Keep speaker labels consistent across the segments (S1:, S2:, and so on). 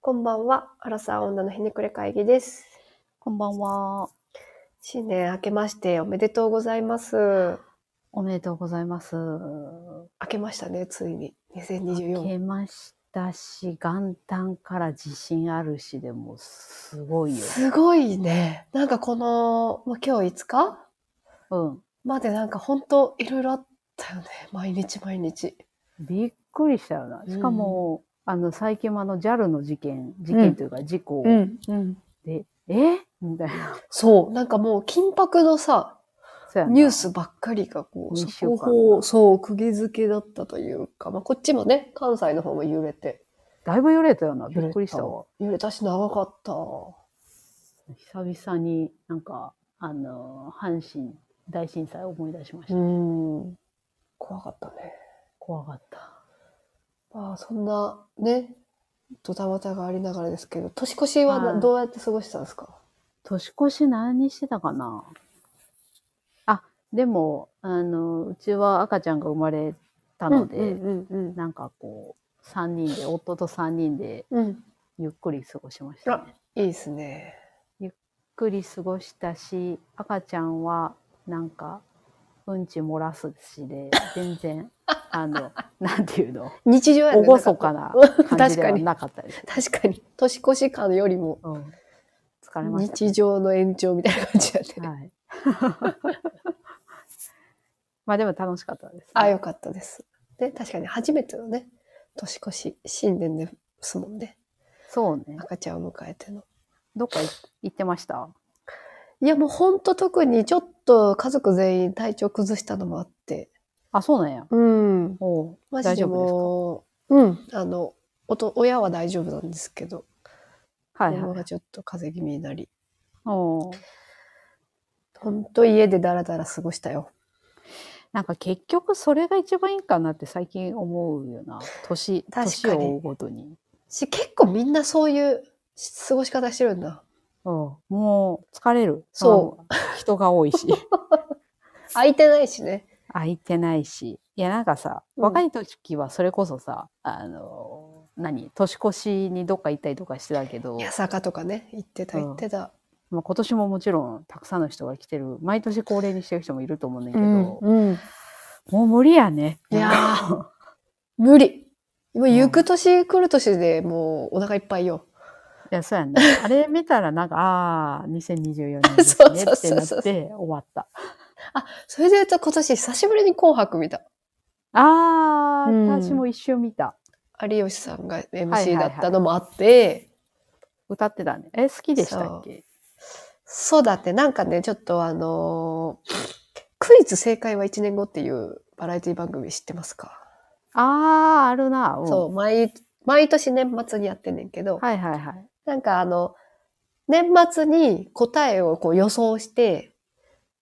S1: こんばんは。アラサー女のひねくれ会議です。
S2: こんばんは。
S1: 新年明けましておめでとうございます。明
S2: おめでとうございます。
S1: けましたね、ついに。
S2: 明
S1: 2024。
S2: けましたし、元旦から自信あるし、でもすごいよ。
S1: すごいね。なんかこの、もう今日5日
S2: うん。
S1: までなんか本当いろいろあったよね。毎日毎日。
S2: びっくりしたよな。しかも、あの、最近もあの JAL の事件、事件というか事故
S1: ん、うん。
S2: で、えみたい な。
S1: そう。なんかもう緊迫のさ、
S2: そうやな
S1: ニュースばっかりがこう、
S2: 二週
S1: そ
S2: 間
S1: こを、そう、釘付けだったというか、まあこっちもね、関西の方も揺れて。
S2: だいぶ揺れたよな。びっくりしたわ。
S1: 揺れたし長かった。
S2: 久々になんか、あの、阪神大震災を思い出しまし
S1: う
S2: た。
S1: ん。怖かったね。
S2: 怖かった。
S1: まあ、そんな、ね、ドタバタがありながらですけど、年越しはな
S2: はい
S1: どうやって過ごしてたんですか
S2: 年越し何してたかなあ、でも、あの、うちは赤ちゃんが生まれたので、
S1: うんうん
S2: なんかこう、3人で、夫と3人で
S1: うん。うん。
S2: ゆっくり過ごしました、ね。ゆっ
S1: いいですね。
S2: くり過ごしたし、赤ちゃんは、なんか、うんち漏らすしで、全然、あの、なんていうの、
S1: 日常やね
S2: おごそかな感じではなかったです。
S1: 確かに。年越し感よりも、
S2: うん、疲れました
S1: 日常の延長みたいな感じやね。
S2: はい。 まあでも楽しかったです、
S1: あ、よかったです。ね、確かに初めてのね、年越し、新年ですもんね。
S2: そうね。
S1: 赤ちゃんを迎えての。
S2: どっかい行ってました。
S1: いや、もうほんと特にちょっと家族全員体調崩したのもあって。
S2: あ、そうなんや。
S1: うん。
S2: おう
S1: マジ
S2: 大
S1: で
S2: 丈夫
S1: もう、うん、あの、おと親は大丈夫なんですけど、
S2: ですか。はい
S1: 子供
S2: はい。
S1: がちょっと風邪気味になり、
S2: おう
S1: ほんと家でダラダラ過ごしたよ。
S2: なんか結局それが一番いいかなって最近思うよな。年、
S1: 確かに
S2: 年を追うごとに。
S1: し、結構みんなそういう過ごし方してるんだ。
S2: うんもう疲れる。。
S1: そう
S2: 人が多 いし。
S1: 空いてないしね。
S2: 空いてないし。いや、なんかさ、
S1: うん
S2: 若い時はそれこそさ、あの、何年越しにどっか行ったりとかしてたけど、
S1: 八坂とかね、行ってた
S2: うん
S1: 行ってた。
S2: まあ、今年ももちろんたくさんの人が来てる、毎年恒例にしてる人もいると思うねんだ
S1: う
S2: けど、
S1: ん。うん
S2: もう無理やね。
S1: いやー無理。もう行く年来る年でもうお腹いっぱいよ。
S2: いや、そうやね。あれ見たらなんか、ああ、2024年ですね
S1: そうそう
S2: って
S1: そう
S2: なっ
S1: そう
S2: て終わった。
S1: それで言うと今年久しぶりに紅白見た。
S2: ああ、
S1: うん
S2: 私も一瞬見た。
S1: 有吉さんが
S2: はい
S1: MC
S2: は
S1: だ
S2: い
S1: ったのもあって、
S2: 歌ってたね。え、好きでしたっけ
S1: そうだって、なんかね、ちょっとあのークイズ正解は1年後っていうバラエティ番組知ってますか、
S2: ああ、あるな。うん
S1: そう、毎、毎年年末にやってんねんけど、
S2: はいはいはい。
S1: なんかあの、年末に答えをこう予想して、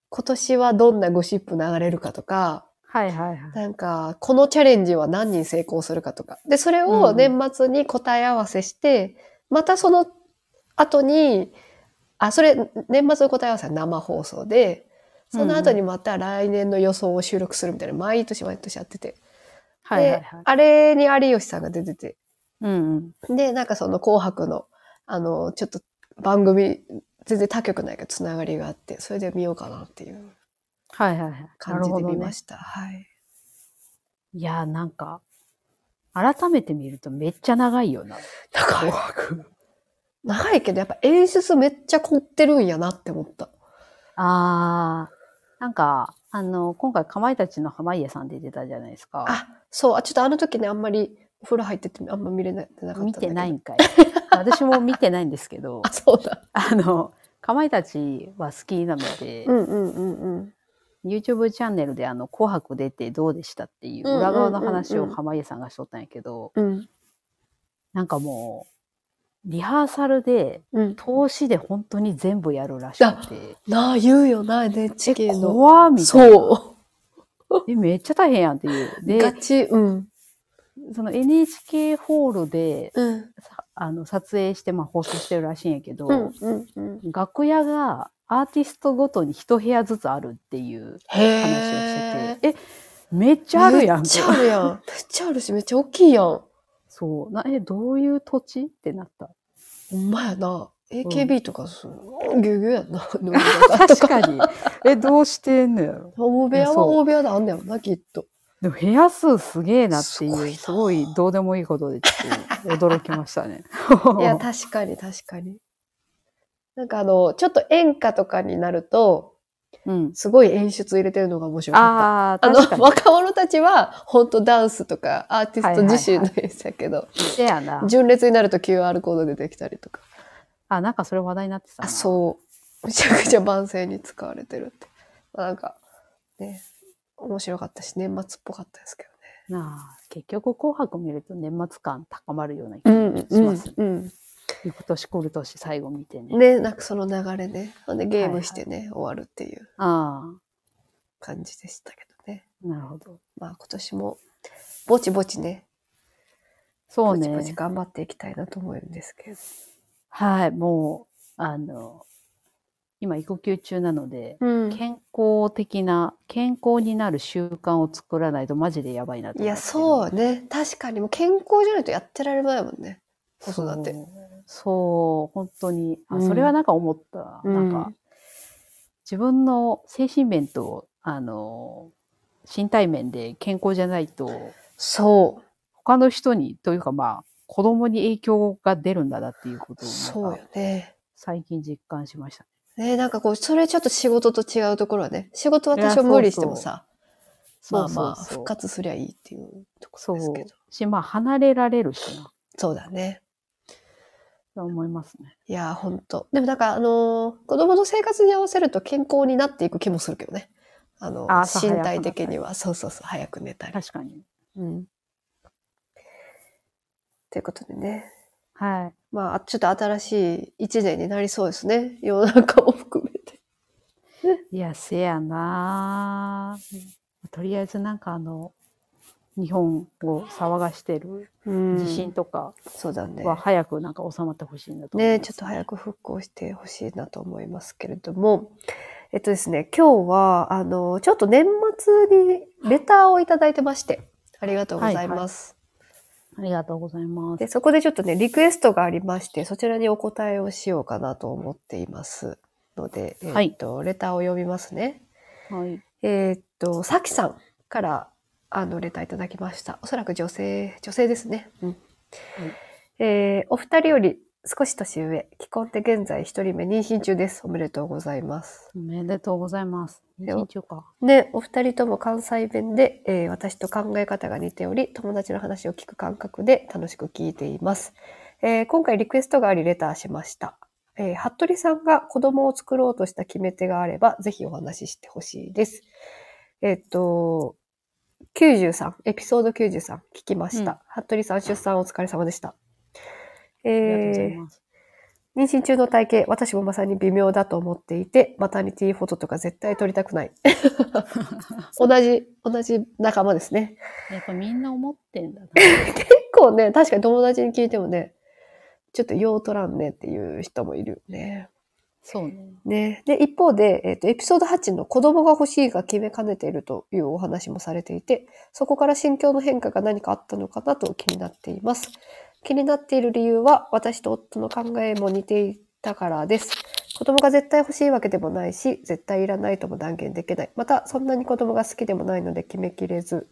S1: 今年はどんなゴシップ流れるかとか、
S2: はいはいはい。
S1: なんか、このチャレンジは何人成功するかとか。で、それを年末に答え合わせして、またその後に、あ、それ、年末の答え合わせは生放送で、その後にまた来年の予想を収録するみたいな、毎年毎年やってて。
S2: はいはい
S1: で
S2: はい、。
S1: あれに有吉さんが出てて。
S2: うんうん。
S1: で、なんかその紅白の、あの、ちょっと番組、全然他局ないけど、つながりがあって、それで見ようかなっていう
S2: はいはいはい。な
S1: 感
S2: る
S1: じ
S2: ほ
S1: で
S2: ど
S1: 見
S2: ね
S1: ま。した。はい。
S2: いやー、なんか、改めて見るとめっちゃ長いよな。
S1: 長い。長いけど、やっぱ演出めっちゃ凝ってるんやなって思った。
S2: ああ、なんか、あの、今回、かまいたちの濱家さん出てたじゃないですか。
S1: あ、そう、あちょっとあの時ね、あんまりお風呂入ってて、あんま見れななかったんだ
S2: 見
S1: けど
S2: てない。んかい。私も見てないんですけど
S1: あ、、そうだ。
S2: あの、かまいたちは好きなので
S1: う、んうんうんうん。
S2: YouTube チャンネルであの、紅白出てどうでしたっていう裏側の話を濱家さんがしとったんやけど、
S1: うん。
S2: なんかもう、リハーサルで、
S1: うん。
S2: 投資で本当に全部やるらしくて、
S1: なあ、言うよな、NHK
S2: え、
S1: の。
S2: 怖っみたいな。
S1: そ
S2: え、めっちゃ大変やんっていう。
S1: う。ガ
S2: で、
S1: チ、うん。
S2: その NHK ホールで、
S1: うん。
S2: さあの撮影して、まあ、放送してるらしいんやけど、
S1: うんうんうん。
S2: 楽屋がアーティストごとに一部屋ずつあるっていう
S1: へ
S2: 話をして
S1: え。
S2: て、えめっちゃあるや
S1: めっ
S2: んか
S1: ちゃあるやん。めっちゃあるし、めっちゃ大きいやん。
S2: そうなえどういう土地ってなった
S1: ほんまやな。
S2: ん
S1: AKB とかすごいギュギュやんな。飲み方 と
S2: 確かにえどうしてんのやろ
S1: 大部屋は大部屋であんねやろな、きっと。
S2: でも部屋数すげえなって
S1: す
S2: い
S1: ごいな
S2: う、すごいどうでもいいことでちょっ と驚きましたね。
S1: い や、確かに確かに。なんかあの、ちょっと演歌とかになると、
S2: うん、
S1: すごい演出入れてるのが面白かっ
S2: ああ、
S1: た。あの
S2: 確か、に。
S1: 若者たちは、本当ダンスとか、アーティスト自身のやつやけど、
S2: せやな。
S1: 純烈になると QR コード出てきたりとか。
S2: あ、なんかそれ話題になってたな。
S1: あ、そう。めちゃくちゃ万世に使われてるって。まあなんか、ね、面白かったし、年末っぽかったですけ
S2: なあ結局、紅白見ると年末感高まるような気
S1: ど
S2: が
S1: ね。
S2: しますね。
S1: うん、
S2: 今年来る年最後見てね。
S1: ね、なんかその流れね。ほんでゲームしてね、終わるっていう
S2: あ
S1: 感じでしたけどね。
S2: あ、なるほど。
S1: まあ今年も、ぼちぼちね、
S2: そう
S1: ぼちぼち
S2: ね。
S1: 頑張っていきたいなと思うんですけど。
S2: はい、もう、あの、今育休中なので、
S1: うん
S2: 健康的な、健康になる習慣を作らないとマジでやばいなと
S1: い
S2: 思
S1: や、
S2: ってる
S1: そうね。確かに、もう健康じゃないとやってられないもんね。子育て
S2: そう。そう本当に。あ、
S1: うん
S2: それはなんか思った。
S1: うん
S2: なんか、自分の精神面と、あの、身体面で健康じゃないと、
S1: そう。
S2: 他の人に、というかまあ、子供に影響が出るんだなっていうことを
S1: そう
S2: なん
S1: よ
S2: か、
S1: ね。
S2: 最近実感しました。
S1: ねなんかこう、それちょっと仕事と違うところはね、仕事は多少無理してもさ、
S2: そう
S1: まあま
S2: そう
S1: あ、
S2: そう
S1: 復。活すりゃいいっていうとこ
S2: そ
S1: ろです
S2: う
S1: けど。そう。
S2: し、まあ、離れられるしな、
S1: だね。
S2: と思いますね。
S1: いやー、ほんと。でもなんか、あのー子供の生活に合わせると健康になっていく気もするけどね。あの、
S2: あ朝
S1: 身
S2: 早く
S1: 体的には、そうそうそう、早く寝たり。
S2: 確かに。
S1: うん。ということでね。
S2: はい。
S1: まあ、ちょっと新しい一年になりそうですね。世の中も含めて。
S2: いや、せやなあとりあえずなんかあの、日本を騒がしてる
S1: うん
S2: 地震とか
S1: そうだね。
S2: は早くなんか収まってほしいなと思いま
S1: ね、
S2: す
S1: ちょっと早く復興してほしいなと思いますけれども、えっとですね、今日は、あの、ちょっと年末にレターをいただいてまして、ありがとうございます。
S2: ありがとうございます。
S1: で、そこでちょっとね、リクエストがありまして、そちらにお答えをしようかなと思っていますので、え
S2: はい
S1: っと、レターを読みますね。
S2: はい。
S1: えっと、さきさんから、あの、レターいただきました。おそらく女性、女性ですね。うん。えーお二人より少し年上、既婚で現在一人目妊娠中です。おめでとうございます。
S2: おめでとうございます。
S1: で
S2: 妊娠中か。
S1: で、お二人とも関西弁で、えー私と考え方が似ており、友達の話を聞く感覚で楽しく聞いています。えー今回リクエストがありレターしました。えー服部さんが子供を作ろうとした決め手があれば、ぜひお話ししてほしいです。えっと、93、エピソード93、聞きました。服部さん、出産お疲れ様でした。え
S2: ありがとうござ
S1: ー
S2: い、ます。
S1: 妊娠中の体型、私もまさに微妙だと思っていて、マタニティフォトとか絶対撮りたくない。同じ、同じ仲間ですね。
S2: やっぱみんな思ってんだ な。
S1: 結構ね、確かに友達に聞いてもね、ちょっと用取らんねっていう人もいるよね。
S2: そうね。
S1: ね。で、一方で、えっ、と、エピソード8の子供が欲しいが決めかねているというお話もされていて、そこから心境の変化が何かあったのかなと気になっています。気になっている理由は、私と夫の考えも似ていたからです。子供が絶対欲しいわけでもないし、絶対いらないとも断言できない。また、そんなに子供が好きでもないので決めきれず。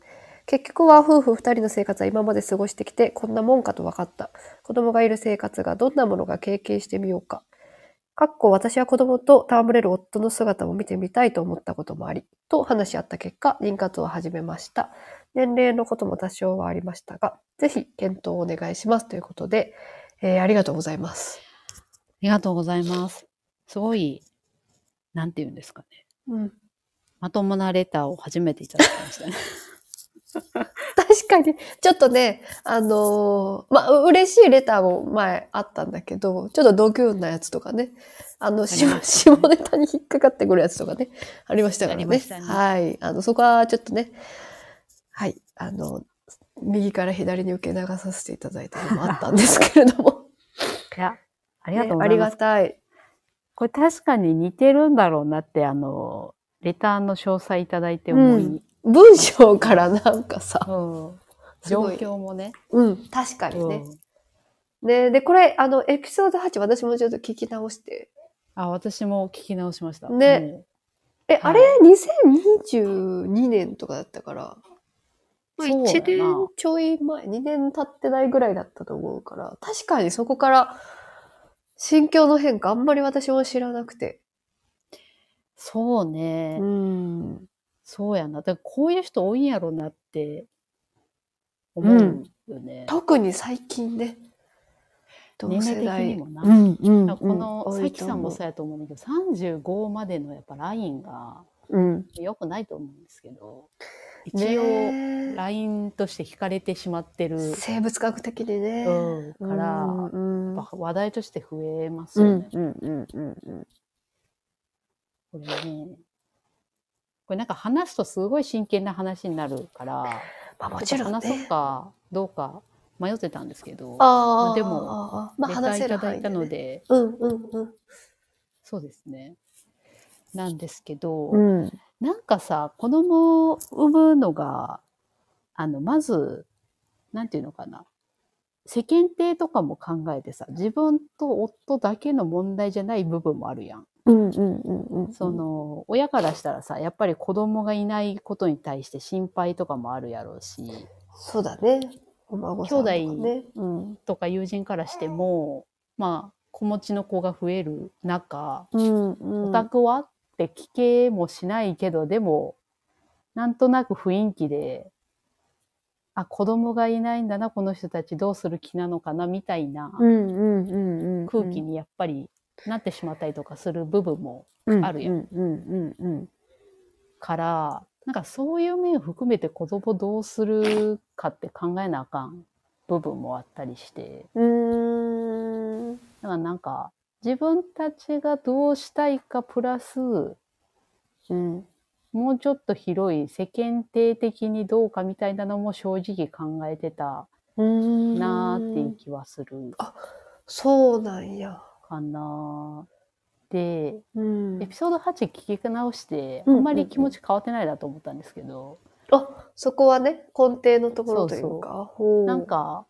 S1: 結局は夫婦二人の生活は今まで過ごしてきて、こんなもんかと分かった。子供がいる生活がどんなものか経験してみようか。かっこ私は子供と戯れる夫の姿も見てみたいと思ったこともあり、と話し合った結果、妊活を始めました。年齢のことも多少はありましたが、ぜひ検討をお願いしますということで、えーありがとうございます。
S2: ありがとうございます。すごい、なんて言うんですかね。
S1: うん、
S2: まともなレターを初めていただきましたね。
S1: 確かに、ちょっとね、あのーまあ、嬉しいレターも前あったんだけど、ちょっとドキュンなやつとかね、あの、し
S2: ありまし た
S1: 下ネ
S2: ね
S1: タに引っかかってくるやつとかね、ありましたからね。
S2: ありましたね
S1: はい。あの、そこはちょっとね、はい、あの、右から左に受け流させていただいたのもあったんですけれども。
S2: いや、 あ
S1: あ
S2: りがとうござい
S1: あ
S2: ます。
S1: りがたい。
S2: これ確かに似てるんだろうなって、あの、レターの詳細いただいて思い、
S1: 文章からなんかさ、
S2: うん
S1: す
S2: 状
S1: ごい
S2: 況もね。
S1: うん、確かにね
S2: う。ん
S1: ねで、これ、あの、エピソード8、私もちょっと聞き直して。
S2: あ、私も聞き直しました。
S1: ね
S2: もう
S1: え、
S2: は
S1: あ
S2: い
S1: れ、2022年とかだったから、まあ、
S2: そうだな
S1: 1年ちょい前、2年経ってないぐらいだったと思うから、確かにそこから、心境の変化、あんまり私も知らなくて。
S2: そうね。
S1: うん。
S2: そうやな。だからこういう人多いんやろなって思うよね。
S1: 特に最近ね。同世
S2: 年
S1: 代。
S2: 齢的にもな
S1: うんうん
S2: だからこの、
S1: うん
S2: さきさんもそうやと思うんだけど、35までのやっぱラインが
S1: うん。
S2: 良くないと思うんですけど、一 応
S1: ね
S2: ラインとして引かれてしまってる、
S1: え生物学的にね。
S2: うん、から、
S1: うんうん
S2: やっぱ話題として増えます
S1: う
S2: よ
S1: ん
S2: ね。
S1: うんうんうんうん。
S2: これね。これなんか話すとすごい真剣な話になるから、
S1: まあもちろん
S2: 話そう
S1: ね。
S2: かどうか迷ってたんですけど、
S1: あ
S2: ま
S1: あ。
S2: あでも
S1: ああ、まあ
S2: ネタ
S1: 話せる
S2: いただ
S1: 範囲
S2: い
S1: で
S2: た
S1: ね
S2: の。で、
S1: うんうんうん。
S2: そうですね。なんですけど、
S1: うん。
S2: なんかさ、子供を産むのが、あの、まず、なんていうのかな。世間体とかも考えてさ、自分と夫だけの問題じゃない部分もあるやん。
S1: うんうんうんうん。
S2: その、親からしたらさ、やっぱり子供がいないことに対して心配とかもあるやろうし、
S1: そうだね。お孫さんとかね。うん。
S2: とか友人からしても、まあ、子持ちの子が増える中、
S1: うん
S2: お
S1: うん。
S2: 宅はって聞けもしないけど、でも、なんとなく雰囲気で、あ、子供がいないんだな、この人たちどうする気なのかな、みたいな
S1: うんうんうんうん。
S2: 空気にやっぱりなってしまったりとかする部分も
S1: うん
S2: あるや
S1: うんうんうんうん。
S2: から、なんかそういう面含めて子供どうするかって考えなあかん部分もあったりして、
S1: うーん。
S2: だからなんか自分たちがどうしたいかプラス、
S1: うん。
S2: もうちょっと広い世間体的にどうかみたいなのも正直考えてた
S1: うん。
S2: なーっていう気はする
S1: そうなんや。
S2: かなー。で、
S1: うん
S2: エピソード8聞き直して、あ
S1: うん
S2: んまり気持ち変わってないなと思ったんですけど、
S1: あ、そこはね、根底のところというか。ほう
S2: なん、か、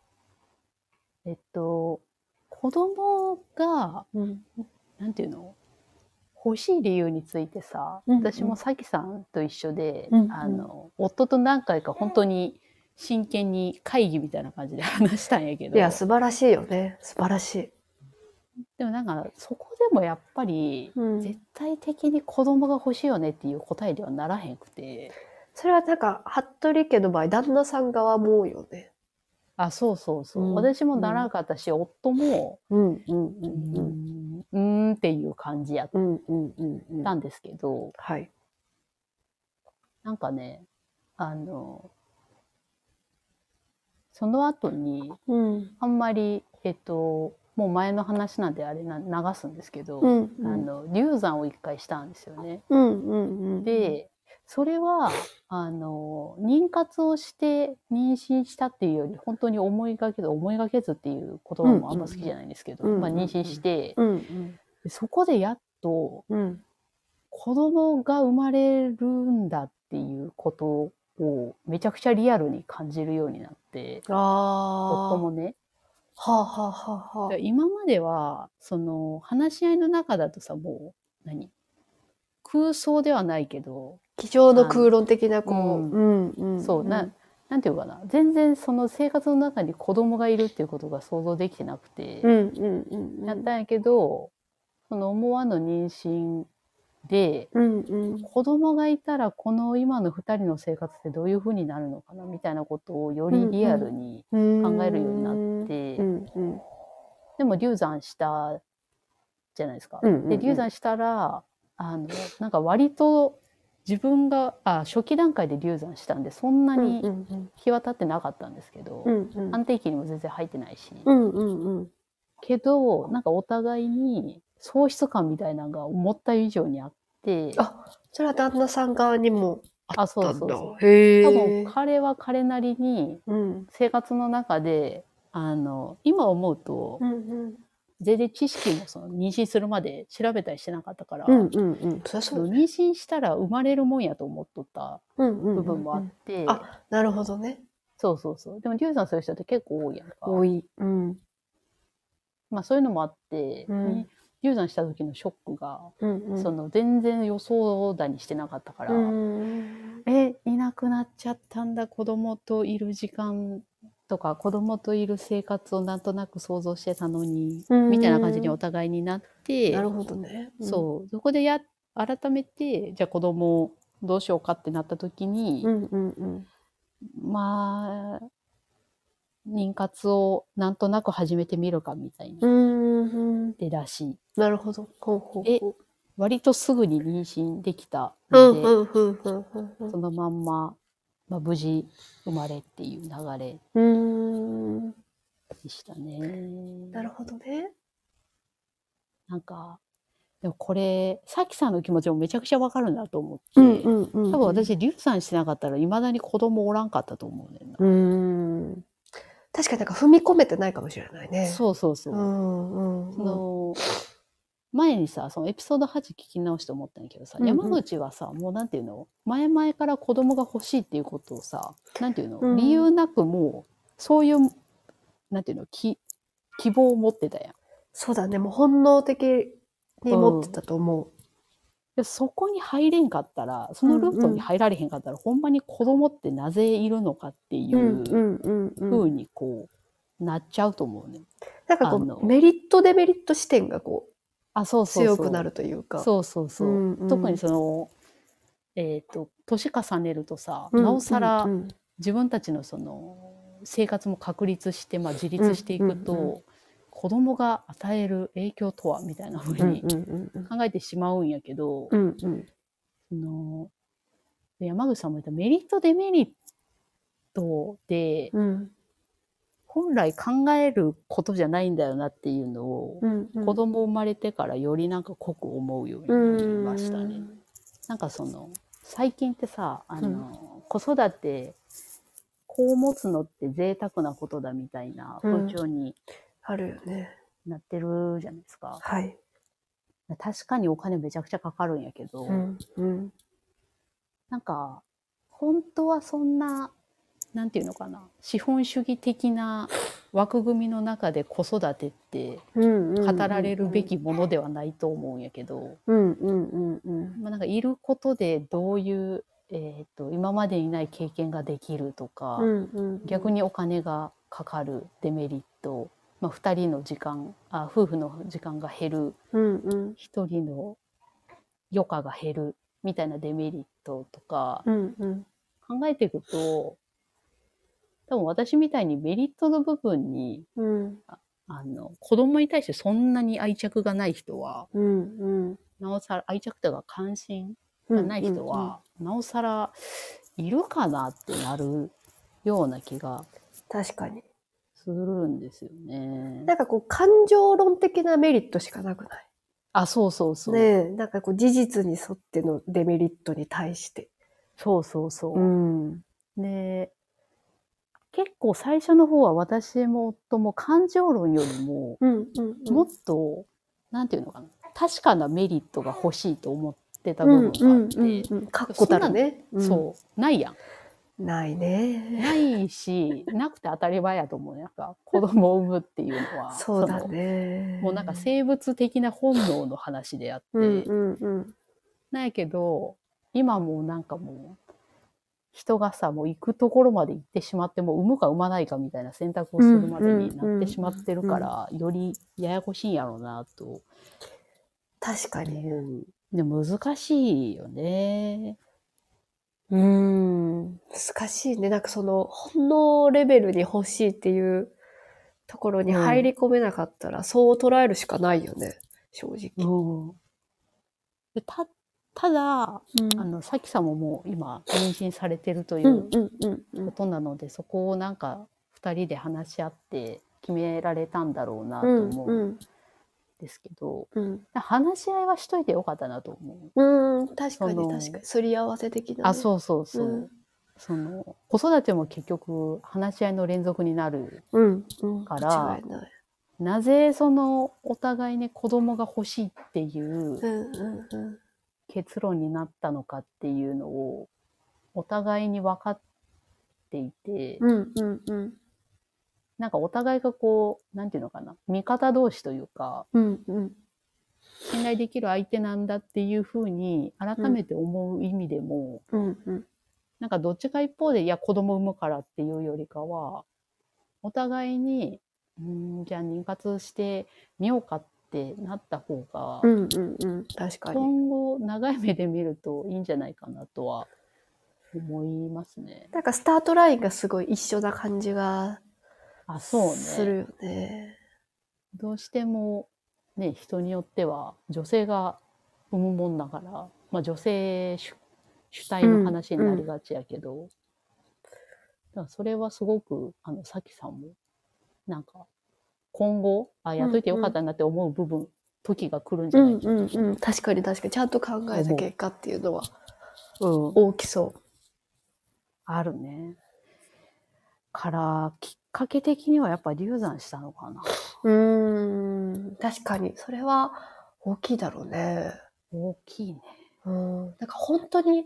S2: えっと、子供が、
S1: うん
S2: なんていうの欲しい理由についてさ、
S1: うんうん
S2: 私もさきさんと一緒で、
S1: うんうん
S2: あの、夫と何回か本当に真剣に会議みたいな感じで 話したんやけど、
S1: いや、素晴らしいよね。素晴らしい。
S2: でもなんかそこでもやっぱり、
S1: うん
S2: 絶、対的に子供が欲しいよねっていう答えではならへんくて、
S1: それはなんか、服部家の場合、旦那さん側も多いよね。
S2: あ、そうそうそう。
S1: うん
S2: 私もならなかったし、夫も、
S1: うん、うん、う
S2: うーん、うーんっていう感じやっ
S1: うん、うん、うん、うん
S2: たんですけど、
S1: はい。
S2: なんかね、あの、その後に、
S1: うん、
S2: あんまり、えっと、もう前の話なんであれな流すんですけど、
S1: うん、
S2: あの、流産を一回したんですよね。
S1: うん、うん、うん、
S2: で、それは、あの、妊活をして妊娠したっていうより、本当に思いがけず、思いがけずっていう言葉もあんま好きじゃないんですけど、
S1: うんうんうん
S2: まあ妊娠して、
S1: うん、うん、
S2: でそこでやっと
S1: うん、
S2: 子供が生まれるんだっていうことをめちゃくちゃリアルに感じるようになって、
S1: ああ、
S2: 夫
S1: は
S2: もね。
S1: あ、はあ、はあ、
S2: だ
S1: は
S2: か
S1: あ
S2: ら。今までは、その、話し合いの中だとさ、もう、何空想ではないけど、
S1: 机上の空論的な、こう、
S2: う
S1: うん、うん。
S2: そう、な、なんていうかな。全然その生活の中に子供がいるっていうことが想像できてなくて、
S1: うん、うん、うん。
S2: やったんやけど、その思わぬ妊娠で、
S1: うん、うん。
S2: 子供がいたらこの今の二人の生活ってどういう風になるのかなみたいなことをよりリアルに考
S1: 考
S2: えるようになっ。て、
S1: うん、うん。
S2: でも流産したじゃないですか。
S1: うん
S2: で、流産したら、あの、なんか割と自分が、あ、初期段階で流産したんで、そんな
S1: うん、う
S2: に
S1: ん、うん。
S2: 日は経ってなかったんですけど、
S1: うんうん
S2: 安定期にも全然入ってないし、
S1: うんうんうん。
S2: けどなんかお互いに喪失感みたいなのが思った以上にあって
S1: あそれは旦那さん側にも
S2: あそ
S1: あ
S2: う
S1: った
S2: そ
S1: ん
S2: う
S1: だ
S2: そ。
S1: へ
S2: う
S1: え。
S2: 多分彼は彼なりに
S1: うん。
S2: 生活の中であの今思うと
S1: うんうん。
S2: 全然知識もその妊娠するまで調べたりしてなかったから、
S1: うんうんうん。そりゃ
S2: そ
S1: そう
S2: の
S1: だね。
S2: 妊娠したら生まれるもんやと思っとった
S1: うんうんうんうん。
S2: 部分もあって、
S1: あ、なるほどね。
S2: そうそうそう。でも、リュウさんそういう人って結構多いやんか。
S1: 多い。うん。
S2: まあ、そういうのもあって、
S1: うん
S2: ね流産した時のショックが、
S1: うんうん。
S2: その全然予想だにしてなかったから、
S1: うん。
S2: え、いなくなっちゃったんだ、子供といる時間とか、子供といる生活をなんとなく想像してたのに、
S1: うん
S2: みたいな感じにお互いになって、
S1: なるほどね。
S2: そう、そこでや、改めて、じゃあ子供をどうしようかってなった時に、
S1: うん。うんうんうん。
S2: まあ、妊活をなんとなく始めてみるかみたいな。
S1: うんうん。
S2: でらしい。
S1: なるほど。ほうほうほう。
S2: え割とすぐに妊娠できた
S1: う
S2: の
S1: ん
S2: で、
S1: うんうんうんうんうん
S2: そのまんま、まあ、無事生まれっていう流れ
S1: うーん。
S2: でしたね。
S1: なるほどね。
S2: なんか、でもこれ、さきさんの気持ちもめちゃくちゃわかるなと思って、
S1: んう
S2: 多分私、流産してなかったら、いまだに子供おらんかったと思うねんな。
S1: うーん。確かになんか踏み込めてないかもしれないね。
S2: そうそうそうう。
S1: んうん
S2: その、前にさ、そのエピソード8聞き直して思ったんやけどさ、
S1: うんうん
S2: 山口はさ、もうなんていうの前々から子供が欲しいっていうことをさ、なんていうの、
S1: うん
S2: 理由なくもう、そういう、なんていうの、き希望を持ってたやん。
S1: そうだね。もう本能的に持ってたと思う。
S2: でそこに入れんかったら、そのルートに入られへんかったら、ほんまに子供ってなぜいるのかってい
S1: うんう
S2: ううん
S1: うんうん
S2: 風にこう、なっちゃうと思うね。
S1: なんか
S2: あ
S1: こ
S2: の
S1: う、メリットデメリット視点がこ
S2: あ、そう
S1: う、
S2: そうそう。
S1: 強くなるというか。
S2: そうそうそう。
S1: うんうん
S2: 特にその、えっ、と、年重ねるとさ、
S1: うん
S2: なおさら
S1: うん
S2: 自分たちのその、生活も確立して、まあ自立していくと、
S1: うんうんう
S2: 子供が与える影響とは、みたいな風
S1: うん
S2: に
S1: うんうん
S2: 考えてしまうんやけど、
S1: うんうん
S2: そので山口さんも言ったメリットデメリットで
S1: うん
S2: 本来考えることじゃないんだよなっていうのを
S1: うんうん
S2: 子供生まれてからよりなんか濃く思う
S1: う
S2: ようになり
S1: ん
S2: ましたね。なんかその最近ってさあの、子育てこう持つのって贅沢なことだみたいな
S1: うん
S2: 風潮に
S1: あるよね。
S2: なってるじゃないですか。
S1: はい。
S2: 確かにお金めちゃくちゃかかるんやけど、
S1: うんうん
S2: なんか、本当はそんな、なんていうのかな、資本主義的な枠組みの中で子育てって
S1: うんうん
S2: 語られるべきものではないと思うんやけど、
S1: うんうんうんうん
S2: まあ、なんかいることでどういう、えー、と今までにない経験ができるとか、
S1: うんうんうん
S2: 逆にお金がかかるデメリット、まあ、2人の時間あ夫婦の時間が減る
S1: うんうん
S2: 1人の余暇が減るみたいなデメリットとか、
S1: うんうん
S2: 考えていくと、多分私みたいにメリットの部分に、
S1: うん
S2: あの、子供に対してそんなに愛着がない人は、
S1: うん
S2: なおさら、愛着というか関心
S1: う
S2: が
S1: ん。
S2: ない人は、なおさら、いるかなってなるような気が
S1: うんうん。確かに。
S2: するんですよね
S1: な。んかこう、感情論的なメリットしかなくない
S2: あ、そうそうそう。
S1: ねえ、なんかこう、事実に沿ってのデメリットに対して。
S2: そうそうそう。
S1: ん。
S2: で、結構最初の方は私も夫も感情論よりも、
S1: うんうんうん。
S2: もっと、なんていうのかな、確かなメリットが欲しいと思ってた
S1: う
S2: 部
S1: んう
S2: 分があ
S1: ん
S2: って、
S1: うんうん。確固たるね。
S2: そう、ないやん。
S1: うん。ないね。
S2: ないし、なくて当たり前やと思うね。なんか、子供を産むっていうの は。
S1: そうだ
S2: の
S1: ね。
S2: もうなんか生物的な本能の話であって、
S1: うんうんうん。
S2: なんやけど、今もうなんかもう、人がさ、もう行くところまで行ってしまって、もう産むか産まないかみたいな選択をするまでになってしまってるから、よりややこしいんやろうなと
S1: 確かに。
S2: 思う。でも難しいよね。
S1: うん。難しいね。なんかその、本能レベルに欲しいっていうところに入り込めなかったら、そう捉えるしかないよね。正直。
S2: でたただ、
S1: うん
S2: あの、さきさんももう今、妊娠されてるとい
S1: うん
S2: う
S1: うんうんう
S2: こ
S1: ん。
S2: となので、そこをなんか、二人で話し合って決められたんだろうなと
S1: うん
S2: 思う
S1: うんん
S2: ですけど、
S1: うん。
S2: 話し合いはしといてよかったなと思う。
S1: うん、確か
S2: そ
S1: に
S2: の
S1: 確かに。すり合わせ的なね、
S2: あ、そうそうそう。
S1: うん
S2: その、子育ても結局、話し合いの連続になる。
S1: うん。うん。
S2: から
S1: 間違いない。
S2: なぜ、その、お互いに子供が欲しいっていう
S1: うんうんうん。
S2: 結論になったのかっていうのをお互いに分かっっていて、
S1: うんうんうん。
S2: なんかお互いがこう、なんていうのかな、味方同士というか、
S1: うんうん。
S2: 信頼できる相手なんだっていうふうに、改めて思う意味でも、
S1: うんうん。
S2: なんかどっちか一方で、いや、子供産むからっていうよりかは、お互いに、うーん、じゃあ妊活してみようかってなった方が、
S1: うんうんうん。確かに。
S2: 今後長い目で見るといいんじゃないかなとは思いますね。
S1: なんかスタートラインがすごい一緒な感じが
S2: あ、そう
S1: す
S2: ね。
S1: るよね。
S2: どうしても、ね、人によっては女性が産むもんだから、まあ女性主主体の話になりがちやけど、だからそれはすごく、あの、さきさんも、なんか、今後、あ、やっといてよかったなって思う部分、時が来るんじ
S1: う
S2: ゃ
S1: ん
S2: ないか
S1: うんうん。確かに確かに。ちゃんと考えた結果っていうのは
S2: な。うん
S1: 大きそう。
S2: あるね。から、きっかけ的にはやっぱ流産したのかな。
S1: うーん、確かに。それは大きいだろうね。
S2: 大きいね。
S1: うん。なんか本当に、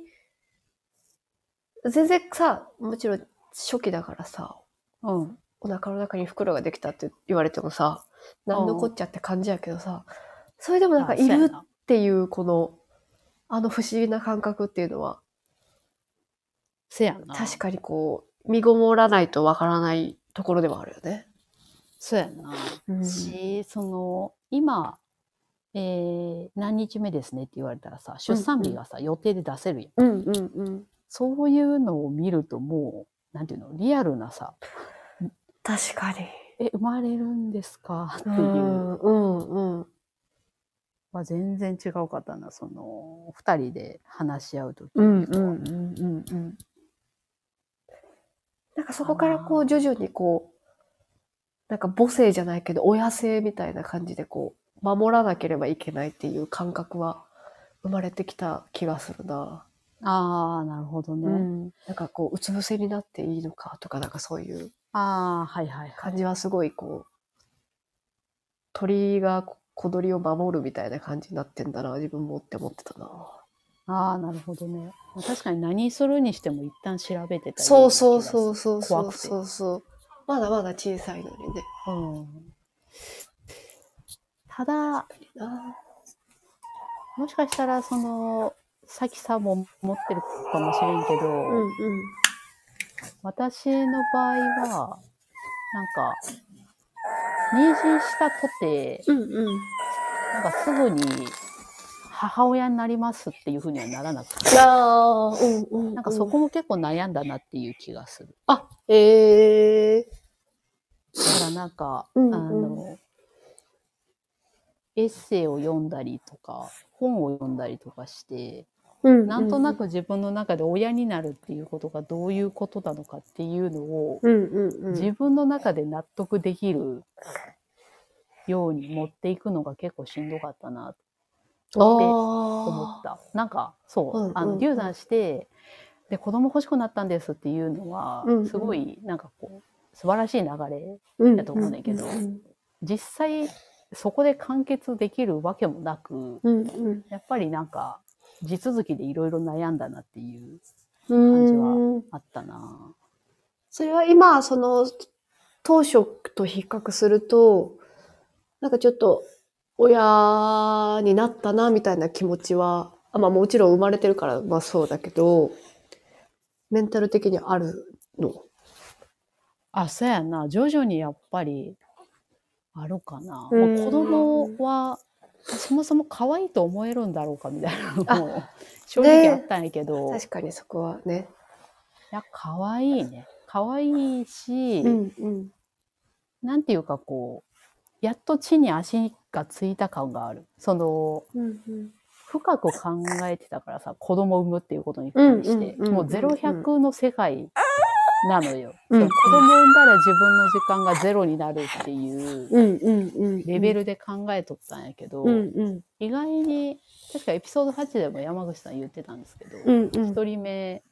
S1: 全然さ、もちろん初期だからさ、
S2: うん。
S1: お腹の中に袋ができたって言われてもさ、なんのこっちゃって感じやけどさ、それでもなんか
S2: あ
S1: い
S2: そうや
S1: る
S2: な
S1: っていうこの、あの不思議な感覚っていうのは、
S2: せやな。
S1: 確かにこう、身ごもらないとわからないところでもあるよね。
S2: そうやな。
S1: うん
S2: し、その、今、えー何日目ですねって言われたらさ、出産日がさ、予定で出せるやん。
S1: うんうんうん。
S2: そういうのを見るともう、なんていうの、リアルなさ、
S1: 確かに。
S2: え、生まれるんですかって
S1: う
S2: いうん
S1: うんうん。
S2: まあ全然違うかったな、その、二人で話し合うとき
S1: うんうんうんうんうん。なんかそこからこ
S2: あ
S1: う
S2: ー
S1: 徐々にこう、なんか母性じゃないけど親性みたいな感じでこう、守らなければいけないっていう感覚は生まれてきた気がするな。
S2: ああ、なるほどね。
S1: うん。なんかこう、うつ伏せになっていいのかとかなんかそういう
S2: ああ、はいはいはい。
S1: 感じはすごいこう、鳥が小鳥を守るみたいな感じになってんだな、自分もって思ってたな。
S2: ああ、なるほどね。まあ確かに何するにしても一旦調べてたり
S1: そうそうそうそうそ
S2: 怖
S1: う
S2: くて
S1: そうそう。まだまだ小さいのにね。
S2: うん。ただ、
S1: あ
S2: もしかしたら、その、さきさんも持ってるかもしれんけど、
S1: うんうん。
S2: 私の場合は、なんか、妊娠したとて、
S1: うんうん。
S2: なんかすぐに母親になりますっていうふうにはならなくて、
S1: ああ、うんうん、
S2: なんかそ。こも結構悩んだなっていう気がする。
S1: あ、ええ
S2: だからなんか、
S1: うんうん
S2: あの、エッセイを読んだりとか、本を読んだりとかして、
S1: うん
S2: なんとな。く自分の中で親になるっていうことがどういうことなのかっていうのを、
S1: うんうんうん。
S2: 自分の中で納得できるように持っていくのが結構しんどかったなと思っ
S1: ああ。
S2: た。なんか、そう、
S1: うんうん
S2: あの、流産して、で、子供欲しくなったんですっていうのは
S1: うんう、ん
S2: すごい、なんかこう、素晴らしい流れ
S1: うん
S2: だと思うねんけど
S1: うん
S2: 実際そこで完結できるわけもなく
S1: うん。
S2: やっぱりなんか地続きでいろいろ悩んだなっていう
S1: うん
S2: 感
S1: う
S2: じは
S1: ん。
S2: あったな
S1: それは今、その、当初と比較すると、なんかちょっと、親になったな、みたいな気持ちは、あまあもちろん生まれてるから、まあそうだけど、メンタル的にあるの。
S2: あそうやな徐々にやっぱりあるかな、
S1: うん
S2: まあ子供はそもそも可愛いと思えるんだろうかみたいなのも正直あったんやけど、
S1: 確かにそこはね。
S2: いや可愛いね可愛いし、
S1: うんうん。
S2: なんていうかこうやっと地に足がついた感があるその
S1: うんうん。
S2: 深く考えてたからさ、子供産むっていうことに関して、
S1: うんうんうんうん
S2: もうゼロ100の世界なのよ。
S1: うん
S2: そう子供産んだら自分の時間がゼロになるっていう
S1: うんうんうん。
S2: レベルで考えとったんやけど、
S1: うんうん。
S2: 意外に、確かエピソード8でも山口さん言ってたんですけど、
S1: うんう
S2: 一、
S1: ん。
S2: 人目、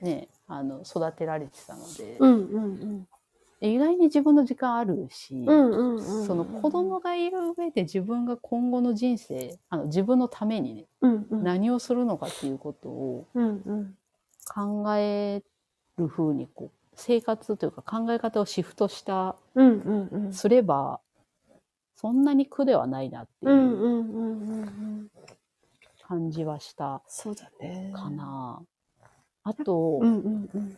S2: ね、あの、育てられてたので、
S1: うんうん
S2: 意外に自分の時間あるし、
S1: うん。うんうんうん。
S2: その子供がいる上で自分が今後の人生、あの自分のためにね、
S1: うんうん。
S2: 何をするのかっていうことを
S1: うんうん。
S2: 考える風にこう生活というか考え方をシフトした、
S1: うんうんうん。
S2: すれば、そんなに苦ではないなって
S1: う
S2: い
S1: ん
S2: う
S1: うんうんうんうん。
S2: 感じはした
S1: そうだね。
S2: か。な。あと
S1: う、んうんうん。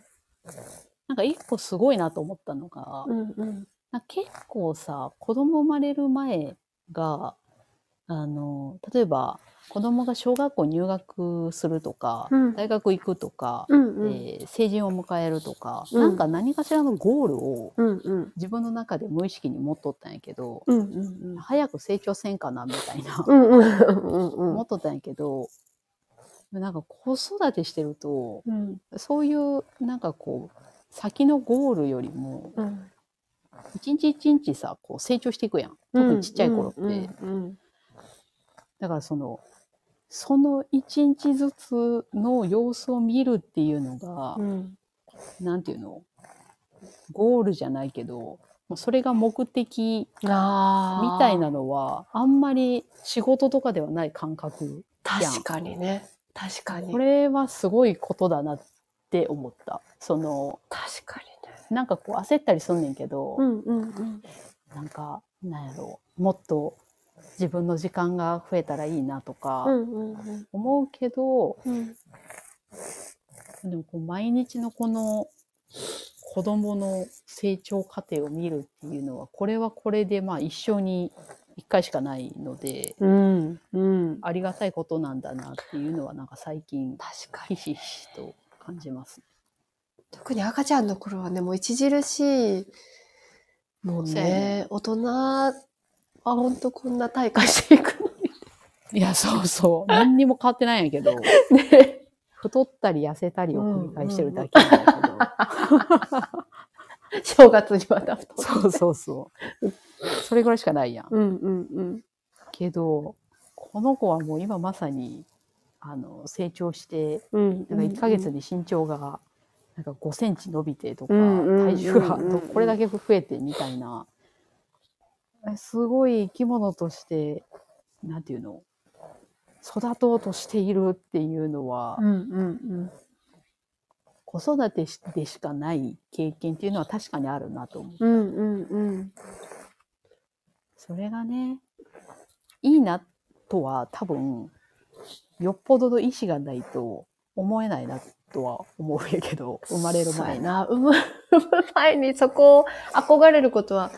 S2: なんか一個すごいなと思ったのが、
S1: うんうん。
S2: なんか結構さ、子供生まれる前が、あの、例えば、子供が小学校入学するとか、
S1: うん
S2: 大学行くとか、
S1: うんう
S2: え
S1: ん。
S2: ー成人を迎えるとか、
S1: うん
S2: なんか何かしらのゴールを
S1: うんうん。
S2: 自分の中で無意識に持っとったんやけど、
S1: うんうん
S2: 早く成長せんかなみたいな、
S1: うん。うんうんうん
S2: 思っとったんやけど、なんか子育てしてると、
S1: うん。
S2: そういうなんかこう、先のゴールよりも、
S1: うん。
S2: 一日一日さ、こう成長していくやん。特にちっちゃい頃って。
S1: うん
S2: だからその、その一日ずつの様子を見るっていうのが
S1: う、ん。
S2: なんていうのゴールじゃないけど、もうそれが目的
S1: ああ。
S2: みたいな。のは、あんまり仕事とかではない感覚。
S1: 確かにね。確かに。
S2: これはすごいことだなって思った。その、
S1: 確かにね。
S2: なんかこう焦ったりすんねんけど、
S1: うんうんうん。
S2: なんか、なんやろう、もっと自分の時間が増えたらいいなと
S1: う
S2: か
S1: んうん
S2: 思うけど、
S1: うん。
S2: でもこう毎日のこの子供の成長過程を見るっていうのは、これはこれでまあ一生に一回しかないので、
S1: うんうん。
S2: ありがたいことなんだなっていうのはなんか最近、
S1: 確か
S2: ひ
S1: に。
S2: しひしと感じます。
S1: 特に赤ちゃんの頃はね、もう著しい、もう
S2: そうや
S1: ね
S2: ね、
S1: 大人はほんとこんな退化していく
S2: いや、そう そう。何にも変わってないんやけど、
S1: のにね。
S2: 太ったり痩せたりを繰り返してるだけなんだけど、
S1: 正月にまた太
S2: そうそうそう。それぐらいしかないやん。
S1: うんうんうん。
S2: けど、この子はもう今まさに、あの、成長して、
S1: うん
S2: なんか1ヶ月に身長がなんか5センチ伸びてとか、
S1: うんうんうんうん
S2: 体重がどこれだけ増えてみたいな、すごい生き物として、なんていうの、育とうとしているっていうのは、
S1: うんうん
S2: 子育てでしかない経験っていうのは確かにあるなと思
S1: う
S2: う。
S1: ん。うんうんうん。
S2: それがね、いいなとは多分、よっぽどの意志がないと思えないなとは思うんやけど、生まれる
S1: そう
S2: 前
S1: や
S2: に。
S1: な。生まれる前にそこを憧れることは、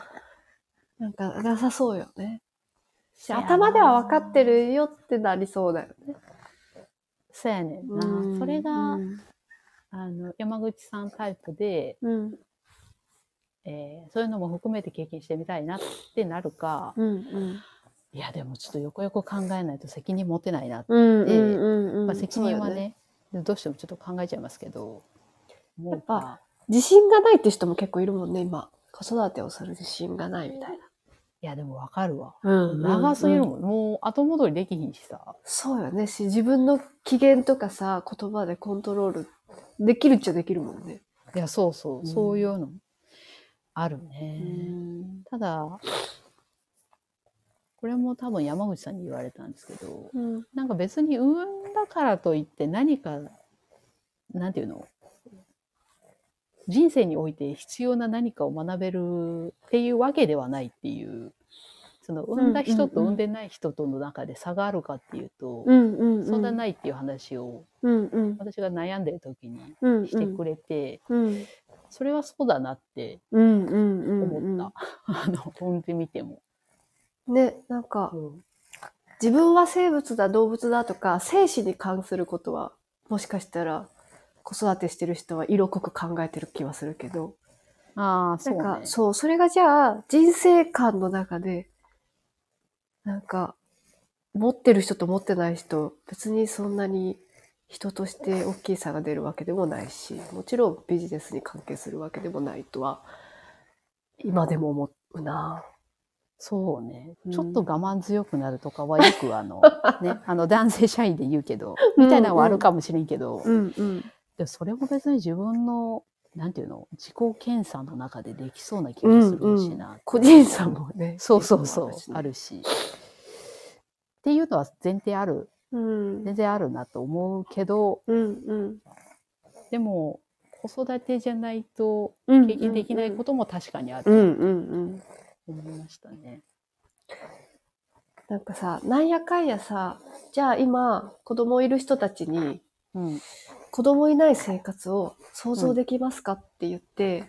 S1: なんかなさそうよね。
S2: せやな
S1: 頭では分かってるよってなりそうだよね。
S2: そうやねんな。それが、
S1: うん
S2: あの、山口さんタイプで、
S1: うん
S2: えーそういうのも含めて経験してみたいなってなるか、
S1: うんうん。
S2: いや、でもちょっとよくよく考えないと責任持てないな。
S1: うん
S2: で
S1: うん
S2: まあ、責任
S1: そ
S2: は
S1: うよ
S2: ねどうしてもちょっと考えちゃいますけど、もう
S1: やっ
S2: か、
S1: 自信がないって人も結構いるもんね、今。子育てをする自信がないみたい
S2: いや、でもわかるわ。
S1: な。
S2: 長すぎる
S1: ん。
S2: もん。もう後戻りできひんしさ。
S1: そうよね。し、自分の機嫌とかさ、言葉でコントロールできるっちゃできるもんね。
S2: いや、そうそうう、
S1: ん
S2: そういうのある
S1: う
S2: ね。
S1: ん。
S2: ただ、これも多分山口さんに言われたんですけど、
S1: うん。
S2: なんか別に産んだからといって何か、なんていうの人生において必要な何かを学べるっていうわけではないっていう、その産んだ人
S1: うんう
S2: と
S1: んうん
S2: 産んでない人との中で差があるかっていうと、
S1: うんうん。。
S2: そんないないっていう話を
S1: うんうん。
S2: 私が悩んでる時に
S1: うん。
S2: してくれて、
S1: うん。
S2: それはそうだなって
S1: うんうんうん。
S2: 思った。 あの、産んでみても。
S1: た。ね、なんか、自分は生物だ、動物だとか、生死に関することは、もしかしたら、子育てしてる人は色濃く考えてる気はするけど。
S2: ああ、そ
S1: な
S2: うんね。
S1: か、そう、それがじゃあ、人生観の中で、なんか、持ってる人と持ってない人、別にそんなに人として大きい差が出るわけでもないし、もちろんビジネスに関係するわけでもないとは、今でも思うな
S2: そうね、
S1: うん
S2: ちょっと我慢強くなるとかはよく あの、ね、あの男性社員で言うけど、みたいなのはあるかもしれんけど、
S1: うんうん。
S2: でもそれも別に自分の、なんていうの、自己検査の中でできそうな気
S1: う
S2: も
S1: ん
S2: するしな。
S1: 個人差もね。
S2: そうそうそう、あ
S1: る。
S2: るし。っていうのは前提ある、
S1: うん。
S2: 全然あるなと思うけど、
S1: うんうん。
S2: でも、子育てじゃないと
S1: うん
S2: 経験できないことも確かにあ
S1: うんうん
S2: る
S1: うん。
S2: と思いましたね。
S1: なんかさ、なんやかんやさ、じゃあ今、子供いる人たちに、
S2: うん。
S1: 子供いない生活を想像できますかって言って、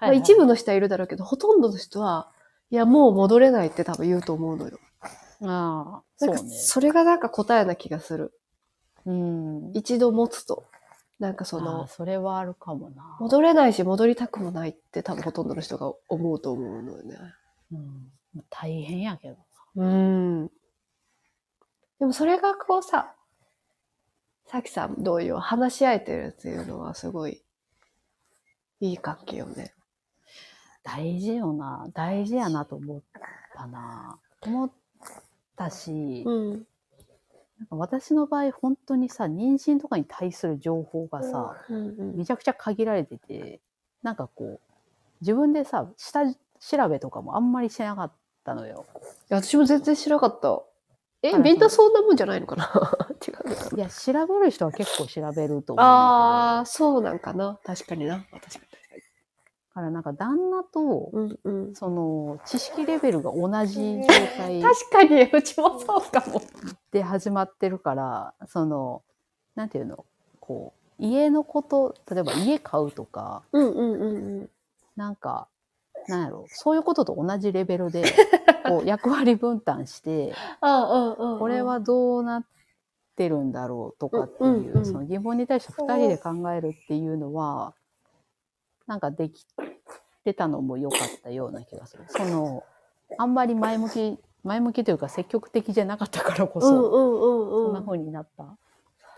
S1: まあ、
S2: はい
S1: 一部の人はいるだろうけど、ほとんどの人は、いや、もう戻れないって多分言うと思うのよ。
S2: ああ、
S1: な
S2: そ
S1: ん
S2: う
S1: か、
S2: ね
S1: そ,、。れがなんか答えな気がする。
S2: うん。
S1: 一度持つと。なんかそ
S2: ああ
S1: の、
S2: それはあるかもな。
S1: 戻れないし戻りたくもないって多分ほとんどの人が思うと思うのよね。
S2: うん、大変やけど。
S1: うん。でもそれがこうさ、さきさん同様話し合えてるっていうのはすごいいい関係よね。
S2: 大事よな。大事やなと思ったな。思ったし、
S1: うん。
S2: なんか私の場合、本当にさ、妊娠とかに対する情報がさ、
S1: うんうん
S2: めちゃくちゃ限られてて、なんかこう、自分でさ、下調べとかもあんまりしてなかったのよ。
S1: いや私も全然知らなかった。え、
S2: はい
S1: みんなそんなもんじゃないのか な違うのか
S2: い
S1: な
S2: や、調べる人は結構調べると思うんだけど。
S1: ああ、そうなんかな。確かにな。確かに。
S2: だからなんか旦那と、
S1: うんうん。
S2: その、知識レベルが同じ状態
S1: 確かに、うちもそうかも。
S2: で始まってるから、その、なんていうの、こう、家のこと、例えば家買うとか、
S1: うんうんうんうん。
S2: なんか、なんやろ、そういうことと同じレベルで、 こう、役割分担して、
S1: あうんうん。
S2: これはどうなってるんだろうとかってい
S1: う
S2: う、
S1: んうんうん
S2: その疑問に対して2人で考えるっていうのは、なんかできてたのも良かったような気がする。その、あんまり前向き、前向きというか積極的じゃなかったからこ
S1: う
S2: そ、
S1: んうんうん
S2: そ
S1: うんん
S2: な風になった。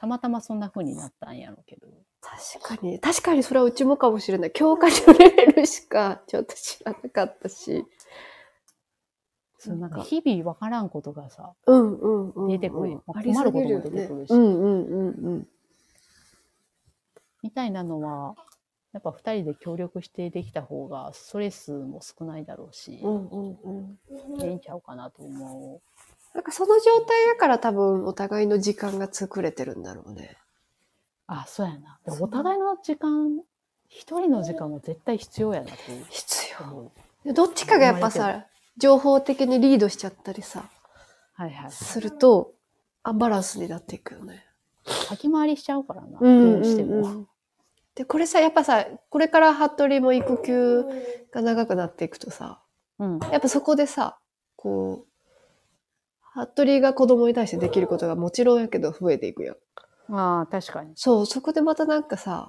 S2: たまたまそんな風になったんやろうけど。
S1: 確かに。確かにそれはうちもかもしれない。教科書レベルしかちょっと知らなかったし。
S2: そうなんか日々わからんことがさ、
S1: うんうんうんうん。
S2: 出てくる
S1: ありすぎよね
S2: 困ることも出てくるし
S1: うんうんうんうん。
S2: みたいなのは、やっぱ二人で協力してできた方がストレスも少ないだろうし、
S1: うんうんうん。
S2: ええんちゃうかなと思う。
S1: なんかその状態だから多分お互いの時間が作れてるんだろうね。
S2: あ、そうやな。で
S1: そう
S2: お互いの時間、一人の時間も絶対必要やなっていう
S1: 必
S2: 思う。
S1: 要。どっちかがやっぱ
S2: 生ま
S1: さ、情報的にリードしちゃったりさ、
S2: はいはい。
S1: すると、アンバランスになっていくよね。
S2: 先回りしちゃうから
S1: ど
S2: な。ど
S1: う
S2: う
S1: し
S2: してて
S1: も
S2: も。
S1: で、これさ、やっぱさ、これから服部も育休が長くなっていくとさ、
S2: うん。
S1: やっぱそこでさ、こう、服部が子供に対してできることがもちろんやけど増えていくやん。
S2: ああ、確かに。
S1: そう、そこでまたなんかさ、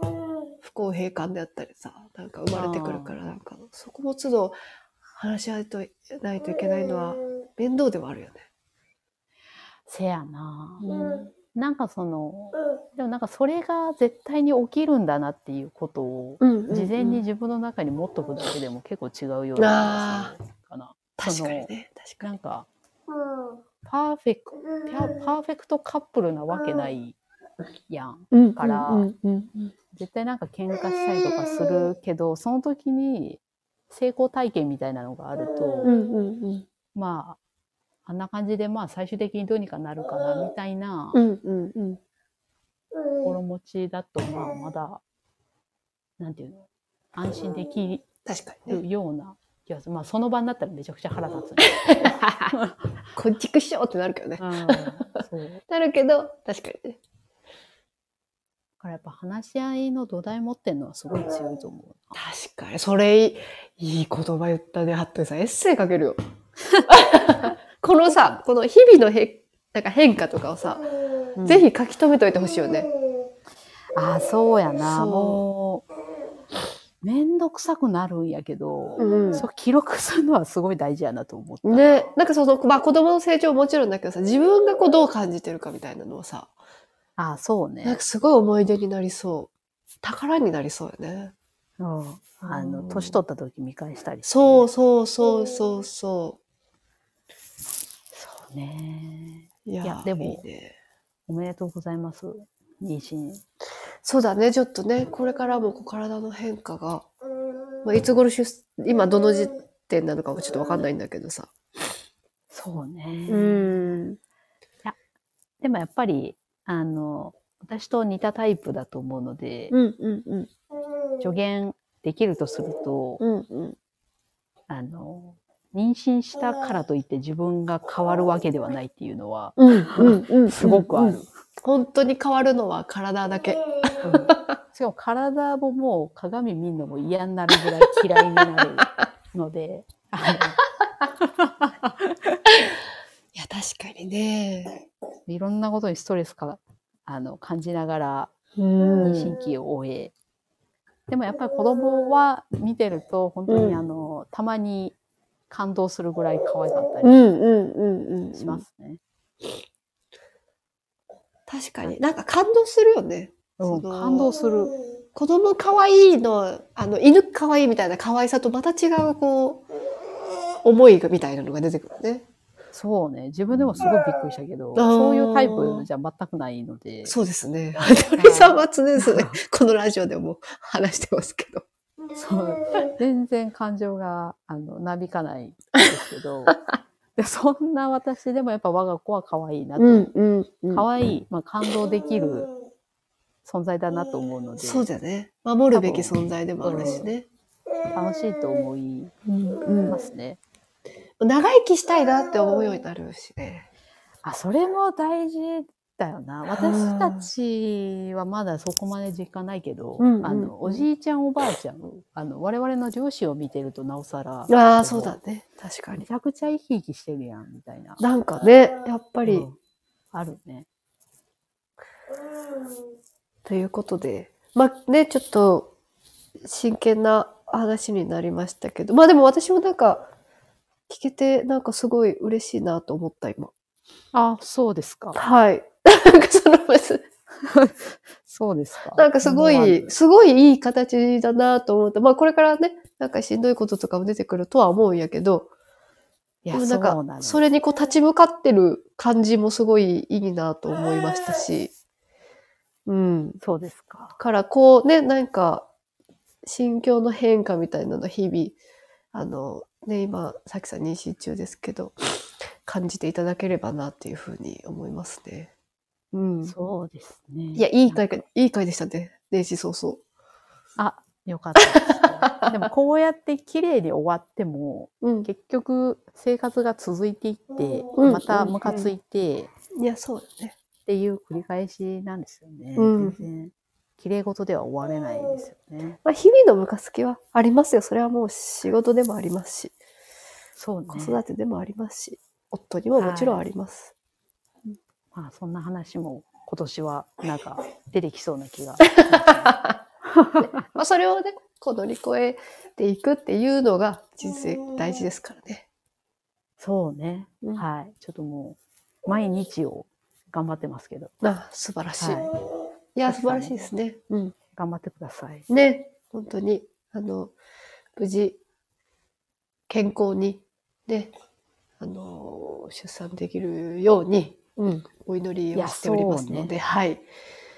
S1: 不公平感であったりさ、なんか生まれてくるから、なんか、そこも都度話し合いとないといけないのは面倒ではあるよね。
S2: せやな。
S1: うん。
S2: なんかその、でもなんかそれが絶対に起きるんだなっていうことを、
S1: うん
S2: 事前に自分の中に持っとくだけでも結構違うよう
S1: あ
S2: な気がするかな。
S1: 確かにね、確か
S2: なん
S1: に。
S2: か、パーフェクト、パパーフェクトカップルなわけないやん。
S1: うん
S2: から
S1: うんうんうん
S2: 絶対なんか喧嘩したりとかするけど、その時に成功体験みたいなのがあると、
S1: うんうん
S2: まあ、あんな感じでまあ最終的にどうにかなるかな、みたいな
S1: うんうんうんうん
S2: 心持ちだと、まあまだ、なんていうの、安心でき
S1: 確かにね。
S2: るような気がする。まあその場になったらめちゃくちゃ腹 立つね。
S1: こっちくしょうってなるけどね。
S2: うん、そう。
S1: なるけど、確かにね。
S2: だからやっぱ話し合いの土台持ってるのはすごい強いと思う。
S1: 確かに。それいい、いい言葉言ったね、ハットリさん。エッセイ書けるよ。このさ、この日々のへなんか変化とかをさ、
S2: うん
S1: ぜひ書き留めといてほしいよね。
S2: ああ、そうやな。
S1: そう
S2: もう、めんどくさくなるんやけど、
S1: うん
S2: そう記録するのはすごい大事やなと思った。
S1: ね。なんかその、まあ子供の成長ももちろんだけどさ、自分がこうどう感じてるかみたいなのをさ、
S2: ああ、そう
S1: なん
S2: ね
S1: か。すごい思い出になりそう。宝になりそうよね。
S2: うん。あの、
S1: うん
S2: 年取った時見返したり。
S1: そうそうそうそうそ
S2: そうね。
S1: う。いや、
S2: いやでも
S1: いいね
S2: おめでとうございます。妊娠。
S1: そうだね、ちょっとね、これからもこう体の変化が、まあ、いつ頃出、今どの時点なのかもちょっとわかんないんだけどさ。
S2: そうね。
S1: うん。
S2: でもやっぱり、あの、私と似たタイプだと思うので、
S1: うんうんうん。
S2: 助言できるとすると、
S1: うんうん。
S2: あの、妊娠したからといって自分が変わるわけではないっていうのは、
S1: うんうんうん。
S2: すごくあ
S1: う
S2: る
S1: ん。。本当に変わるのは体だけ。
S2: しかも体ももう鏡見るのも嫌になるぐらい嫌いになるので、あ
S1: いや、確かにね。
S2: のいろんなことにストレスか、あの、感じながら
S1: う
S2: 妊
S1: ん。
S2: 娠期を終え、でもやっぱり子供は見てると本当にあの、たまに感動するぐらい可愛かった
S1: う
S2: り
S1: んうんうんうん。
S2: しますね。
S1: 確かに。なんか感動するよね。
S2: うん
S1: その
S2: 感動する。
S1: 子供可愛いの、あの、犬可愛いみたいな可愛さとまた違う、こう、思いみたいなのが出てくるね。
S2: そうね。自分でもすごいびっくりしたけど、
S1: あー
S2: そういうタイプじゃ全くないので。
S1: そうですね。鳥 さんは常々、このラジオでも話してますけど。
S2: そう全然感情があのなびかないんです けどでそんな私でもやっぱ我が子は可愛いなと、
S1: うんうん
S2: 可愛い、まあ、感動できる存在だなと思うので
S1: そうだよね。守るべき存在でもあるしね。
S2: 楽しいと思い
S1: うん
S2: ますね。
S1: 長生きしたいなって思うようになるしね。
S2: あそれも大事だよな私たちはまだそこまで実感ないけど、
S1: うんうん
S2: あのおじいちゃんおばあちゃんあの我々の上司を見てるとなおさら
S1: ああ、そうだね。確か
S2: め
S1: に。
S2: ちゃくちゃ生き生きしてるやんみたいな。
S1: なんかね、やっぱり、
S2: うんあるね。
S1: ということで、まあね、ちょっと真剣な話になりましたけど、まあでも私もなんか聞けてなんかすごい嬉しいなと思った今。
S2: あ、そうですか。
S1: はい。 なんかその別に
S2: そうですか。
S1: なんかすご
S2: 思わ
S1: い、
S2: ず
S1: すごいいい形だなと思って、まあこれからね、なんかしんどいこととかも出てくるとは思うんやけど、
S2: い
S1: で
S2: や、
S1: も
S2: そ
S1: なん
S2: う
S1: か
S2: なの。
S1: それにこう立ち向かってる感じもすごいいいなと思いましたし、うん。
S2: そうですか。
S1: からこうね、なんか、心境の変化みたいなの日々、あの、ね、今、さきさん妊娠中ですけど、感じていただければなっていうふうに思いますね。うん。
S2: そうですね。
S1: いや、いい回か、いい回でしたね。年始早々。
S2: あ、よかったです。でもこうやって綺麗に終わっても、
S1: うん。
S2: 結局生活が続いていって、
S1: うん
S2: またムカついて、っ
S1: いや、そうだね。
S2: ていう繰り返しなんですよね。
S1: うん
S2: 全然。綺麗事では終われないですよね。
S1: まあ、日々のムカつきはありますよ。それはもう仕事でもありますし、
S2: そうね
S1: 子。育てでもありますし、夫にももちろんあります。
S2: まあそんな話も今年はなんか出てきそう な気が。
S1: まあ、それをね、こう乗り越えていくっていうのが人生大事ですからね。
S2: そうね。
S1: うん
S2: はい。ちょっともう、毎日を頑張ってますけど、
S1: あ、素晴らしい。、
S2: はい
S1: や、素晴らしいですね。うん。
S2: 頑張ってください。
S1: ね、本当に、あの、無事、健康に、ね、あの、出産できるように、うん、お祈りをしております
S2: いやそ
S1: の
S2: う
S1: で、
S2: ね
S1: はい。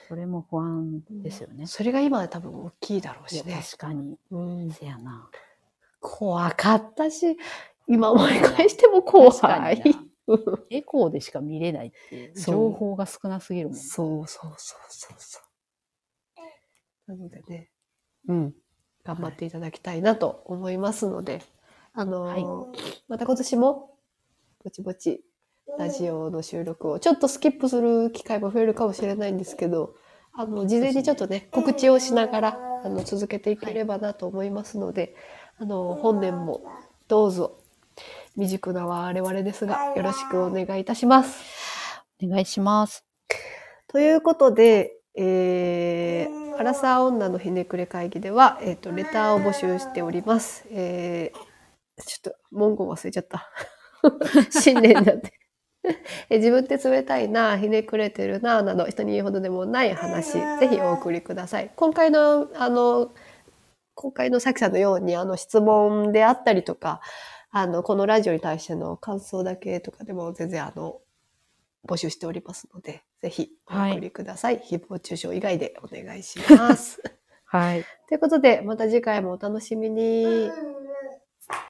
S2: それも不安ですよね。
S1: それが今は多分大きいだろう
S2: いや
S1: しね。
S2: 確かに。
S1: うん、
S2: せやな。
S1: 怖かったし、今思い返しても怖
S2: 確か
S1: い
S2: に。 なエコーでしか見れないっていう
S1: そう
S2: 情報が少なすぎるもん。
S1: そうそうそうそうそう。なのでね、うん、頑張っていただきたいなと思いますので、あのーまた今年もぼちぼちラジオの収録をちょっとスキップする機会も増えるかもしれないんですけど、あの事前にちょっとね告知をしながらあの続けていければなと思いますので、あの本年もどうぞ未熟な我々ですがよろしくお願いいたします。
S2: お願いします。
S1: ということで、えー、アラサー女のひねくれ会議では、えっ、と、レターを募集しております。えー、ちょっと、文言忘れちゃった。 新年だって。 え自分って冷たいな、ひねくれてるな、など、人に言うほどでもない話、ぜひお送りください。今回の、あの、今回のさきさんのように、あの、質問であったりとか、あの、このラジオに対しての感想だけとかでも全然、あの、募集しておりますので、ぜひお送りください。誹謗中傷以外でお願いします。
S2: はい。
S1: ということで、また次回もお楽しみに。